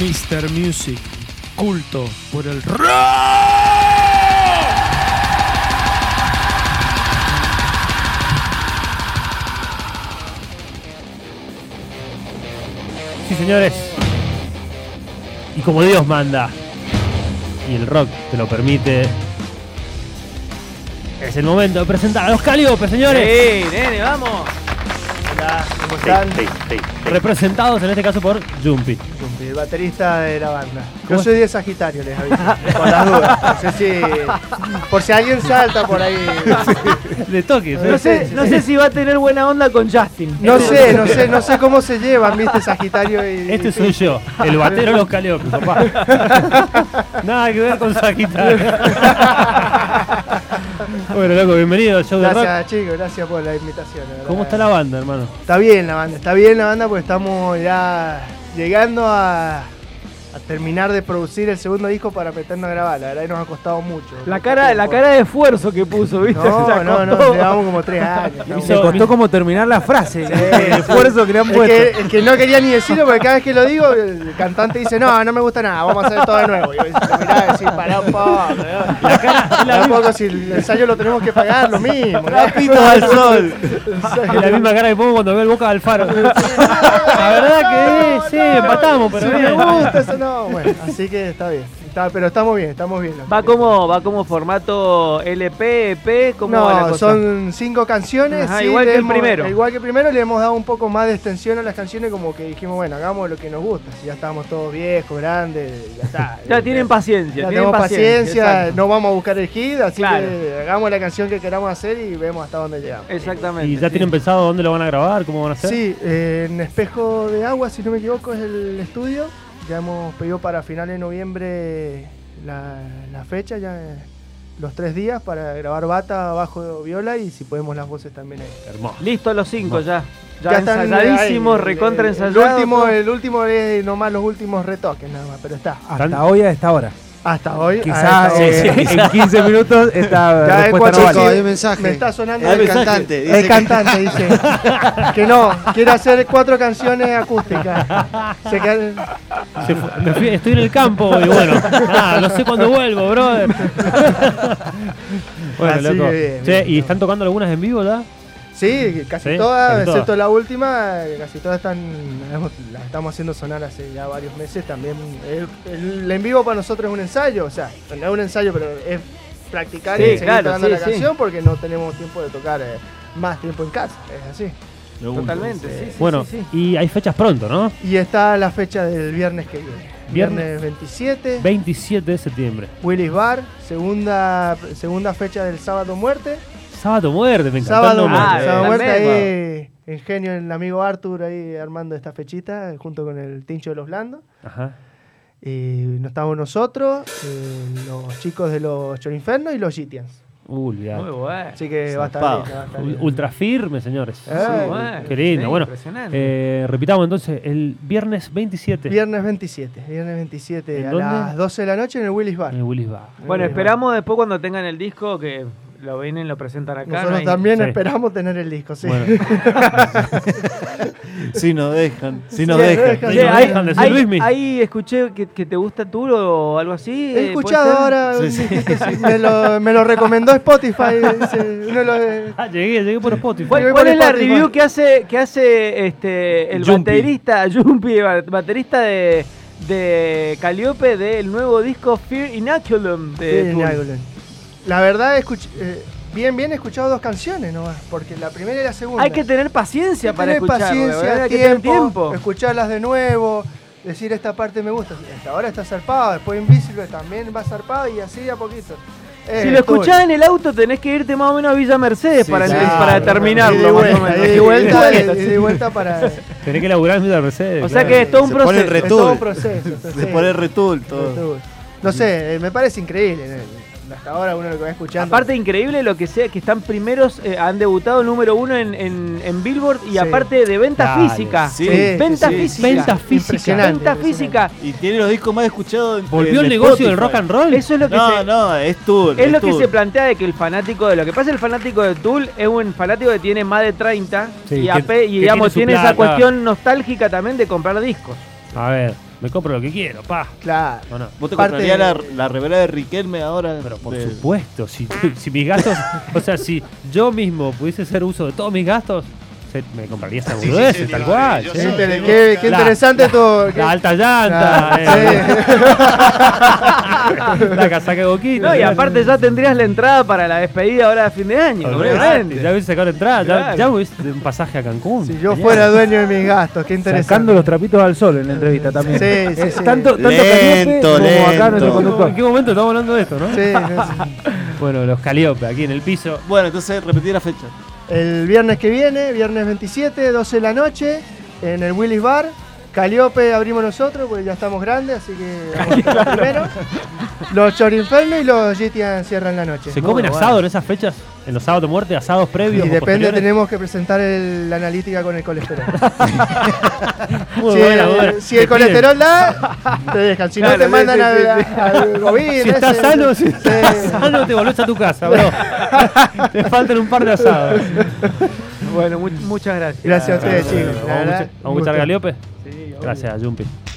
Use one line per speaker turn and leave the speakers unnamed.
Mr. Music, culto por el rock.
Sí, señores. Y como Dios manda, y el rock te lo permite, es el momento de presentar a los Calibopes, señores.
¡Ey, nene, vamos!
Hola,
¿Cómo
Sí,
están?
sí, sí, sí.
Representados en este caso por Jumpy.
Chumpi, El baterista de la banda. Yo
¿Cómo
soy de Sagitario, les aviso. Por las dudas. No sé si. Por si alguien salta por ahí.
Le toques,
No sé, no sé
si va a tener buena onda con Justin.
No sé, no sé, no sé cómo se llevan, viste, Sagitario y.
Este soy yo, el batero de los Calibopes, papá. Nada que ver con Sagitario. bueno, loco, bienvenido al show de rock.
Gracias, chicos, gracias por la invitación. la verdad.
¿Cómo está la banda, hermano?
Está bien la banda, está bien la banda porque estamos ya llegando a, a terminar de producir el segundo disco para meternos a grabar. La verdad que nos ha costado mucho.
La cara, la cara de esfuerzo que puso, ¿viste? O sea,
No, no, no,
costó.
llevamos como tres años. llevamos-
Hizo-
Costó como terminar la frase. el esfuerzo que le han
Es
puesto.
que, es que no quería ni decirlo porque cada vez que lo digo, el cantante dice, no, no me gusta nada, vamos a hacer todo de nuevo. Y yo digo, mirá, sí, pará un poco. Pará un poco, si el ensayo lo tenemos que pagar, lo mismo. Rapitos al sol.
Es la misma cara que pongo cuando veo el Boca de Alfaro. La verdad que sí, empatamos, pero
si
bien.
me gusta eso, no. Bueno, así que está bien. Está- pero estamos bien, estamos bien.
Va como, va como formato LP, EP, ¿cómo va la
No,
cosa?
son cinco canciones.
Ajá,
sí,
igual
le
que el
hemos-
primero.
Igual que el primero, le hemos dado un poco más de extensión a las canciones, como que dijimos, bueno, hagamos lo que nos gusta. Si ya estábamos todos viejos, grandes, ya está.
Ya tienen paciencia,
Ya
tienen
tenemos paciencia,
exacto.
no vamos a buscar el hit, así
Claro.
que hagamos la canción que queramos hacer y vemos hasta dónde llegamos.
Exactamente.
¿Y ya tienen pensado dónde lo van a grabar? ¿Cómo van a hacer?
Sí, eh, en Espejo de Agua, si no me equivoco, es el estudio. Ya hemos pedido para finales de noviembre la, la fecha, ya eh, los tres días para grabar bata, bajo viola y si podemos las voces también ahí.
Hermoso.
Listo los cinco ya. Ya,
están,
ensayadísimos,
eh,
recontra
el, el
ensayados.
último, el último es nomás los últimos retoques nada más, pero está.
Tan-
Hasta hoy a esta hora.
Hasta hoy. a
Quizás eh,
esta hora.
en 15 minutos esta
Ya es
respuesta
cuatro
no vale.
sí,
hay mensaje.
Me está sonando
El
el
cantante dice
El
que-
cantante dice que no, quiere hacer cuatro canciones acústicas. Se queda-
Se fu- me fui- estoy en el campo y bueno, nada, no sé cuándo vuelvo, brother. bueno,
Así
loco.
que bien,
Che,
bien,
¿Y
no.
están tocando algunas en vivo, ya?
Sí, casi
Sí,
todas,
casi todas.
excepto la última, casi todas están las estamos haciendo sonar hace ya varios meses también. El, el en vivo para nosotros es un ensayo, o sea, no es un ensayo, pero es practicar
Sí,
y seguir
claro,
tocando
sí,
la
sí.
canción porque no tenemos tiempo de tocar eh, más tiempo en casa, es así.
Totalmente, sí, sí,
Bueno,
sí, sí.
y hay fechas pronto, ¿no?
Y está la fecha del viernes que viene.
Viernes.
Viernes 27,
27 de septiembre.
Willis Bar, segunda, segunda fecha del Sábado Muerte.
Sábado muerte, me encantó. el
Sábado
nombre.
Muerte,
Ah,
Sábado
bien,
Muerte,
también.
ahí el genio, el amigo Arthur ahí armando esta fechita eh, junto con el Tincho de los Blandos.
Ajá.
Y nos estamos nosotros, eh, los chicos de los Chorinfernos y los Gitians.
Uy, mirá.
Muy bueno. eh.
Así que va a estar
Zarpado.
bien, va a estar
Ul-
bien.
Ultra firme, señores.
Eh,
Sí, bueno.
Qué lindo.
Ah, Sí,
bueno,
impresionante.
eh, repitamos entonces, el viernes 27
Viernes 27, viernes 27
¿En
a
dónde?
las 12 de la noche en el Willis Bar.
en el Willis Bar.
bueno,
Eh,
esperamos después cuando tengan el disco que lo vienen, lo presentan acá. no
Nosotros
hay-
también
sí.
esperamos tener el disco, sí.
Bueno,
Este. Si nos dejan, si nos
Sí,
dejan.
dejan.
Sí,
Che,
no
ahí,
dejan de ser
ahí-
Luismi.
ahí escuché que, que te gusta Tour o algo así.
He
eh, ¿puede
escuchado
ser?
ahora, un- Me, lo, me lo recomendó Spotify, dice, uno de los de-
Ah, llegué, llegué por Spotify.
Bueno,
¿Cuál,
Voy
cuál
por
es la
Spotify.
review que hace, que hace este, el
Jumpy.
baterista, Jumpy, ba- baterista de, de Calliope del nuevo disco Fear Inoculum de
Sí,
Tool?
Niagara. La verdad, escuch- eh, bien, bien he escuchado dos canciones nomás, porque la primera y la segunda.
Hay que tener paciencia para
tener
escucharlo, ¿verdad?
paciencia,
hay que tener
tiempo,
tiempo.
escucharlas de nuevo, decir esta parte me gusta. Esta ahora está zarpado, después Invisible también va zarpado y así de a poquito. Eh,
Si lo
estuvo-
escuchás en el auto tenés que irte más o menos a Villa Mercedes
Sí,
para,
sí,
ente-
claro.
para
Y
terminarlo
de
más o
vuelta,
menos.
y de vuelta, y de vuelta para.
Tenés que laburar en Villa Mercedes.
O sea
claro.
que es todo un
Se pone el
proceso.
es todo un
retul.
proceso.
Se
entonces,
pone el retul todo.
retul. No sé, eh, me parece increíble. eh, Hasta ahora uno lo que va escuchando.
Aparte increíble lo que sea que están primeros, eh, han debutado número uno en, en- en Billboard y
Sí.
aparte de venta
Dale.
física.
Sí,
venta
sí, sí.
física.
Venta física.
Impresionante,
Venta
impresionante.
física.
Y tiene los discos más escuchados. en-
Volvió
en
el negocio
Spotify.
del rock and roll.
Eso es lo que
No,
se,
no, es tour.
Es lo que
tour.
se plantea de que el fanático de lo que pasa, el fanático de Tool es un fanático que tiene más de 30
Sí,
y,
que-
ape- y
que
digamos,
tiene su
tiene, esa
plata.
cuestión nostálgica también de comprar discos.
A ver, Me compro lo que quiero, pa.
Claro.
¿O no?
¿Vos te
Parte
comprarías la,
de-
la remera de Riquelme ahora?
Pero por
De-
supuesto, si, si mis gastos, o sea, si yo mismo pudiese hacer uso de todos mis gastos, se- me compraría esta boludez, tal cual.
Qué,
sí.
inter- qué- qué
La-
interesante todo. qué-
La alta llanta, eh,
Ah, sí.
la casaca de boquita.
No, y
¿verdad?
aparte ya tendrías la entrada para la despedida ahora de fin de año.
Olvidate,
obviamente.
Ya hubiese sacado la entrada, ya,
Claro.
ya hubiese de un pasaje a Cancún.
Si yo
Genial.
fuera dueño de mis gastos, qué
Sacando
interesante.
los trapitos al sol en la entrevista también.
Sí, sí,
Eh,
sí.
Tanto, tanto
Lento,
Caliope como acá
lento.
nuestro
¿En
conductor.
qué momento estamos hablando de esto, no?
Sí, sí, sí.
Bueno, los Caliope aquí en el piso.
Bueno, entonces repetí la fecha.
El viernes que viene, viernes 27, 12 de la noche, en el Willis Bar. Caliope abrimos nosotros, porque ya estamos grandes, así que vamos a estar primero. Los Chorinfernos y los Gitian cierran la noche.
¿Se comen
Muy
asado en esas fechas? ¿En los sábados de muerte? ¿Asados previos?
bueno. Y
o
depende,
posteriores?
tenemos que presentar el- la analítica con el colesterol.
Muy
si,
buena,
el-
buena.
si el
Te piden-
colesterol da, te dejan. Si no,
Claro,
te
sí,
mandan
sí,
al,
sí.
al gobierno.
Si estás
ese-
sano, si
sí.
estás sano, te volvés a tu casa, bro. te faltan un par de asados.
Bueno, mu- muchas gracias.
Gracias a ustedes,
Bueno, ¿Vamos
chicos. La
a escuchar- vamos a
verdad,
escuchar
un gusto.
Galiope? Gracias, Jumpy.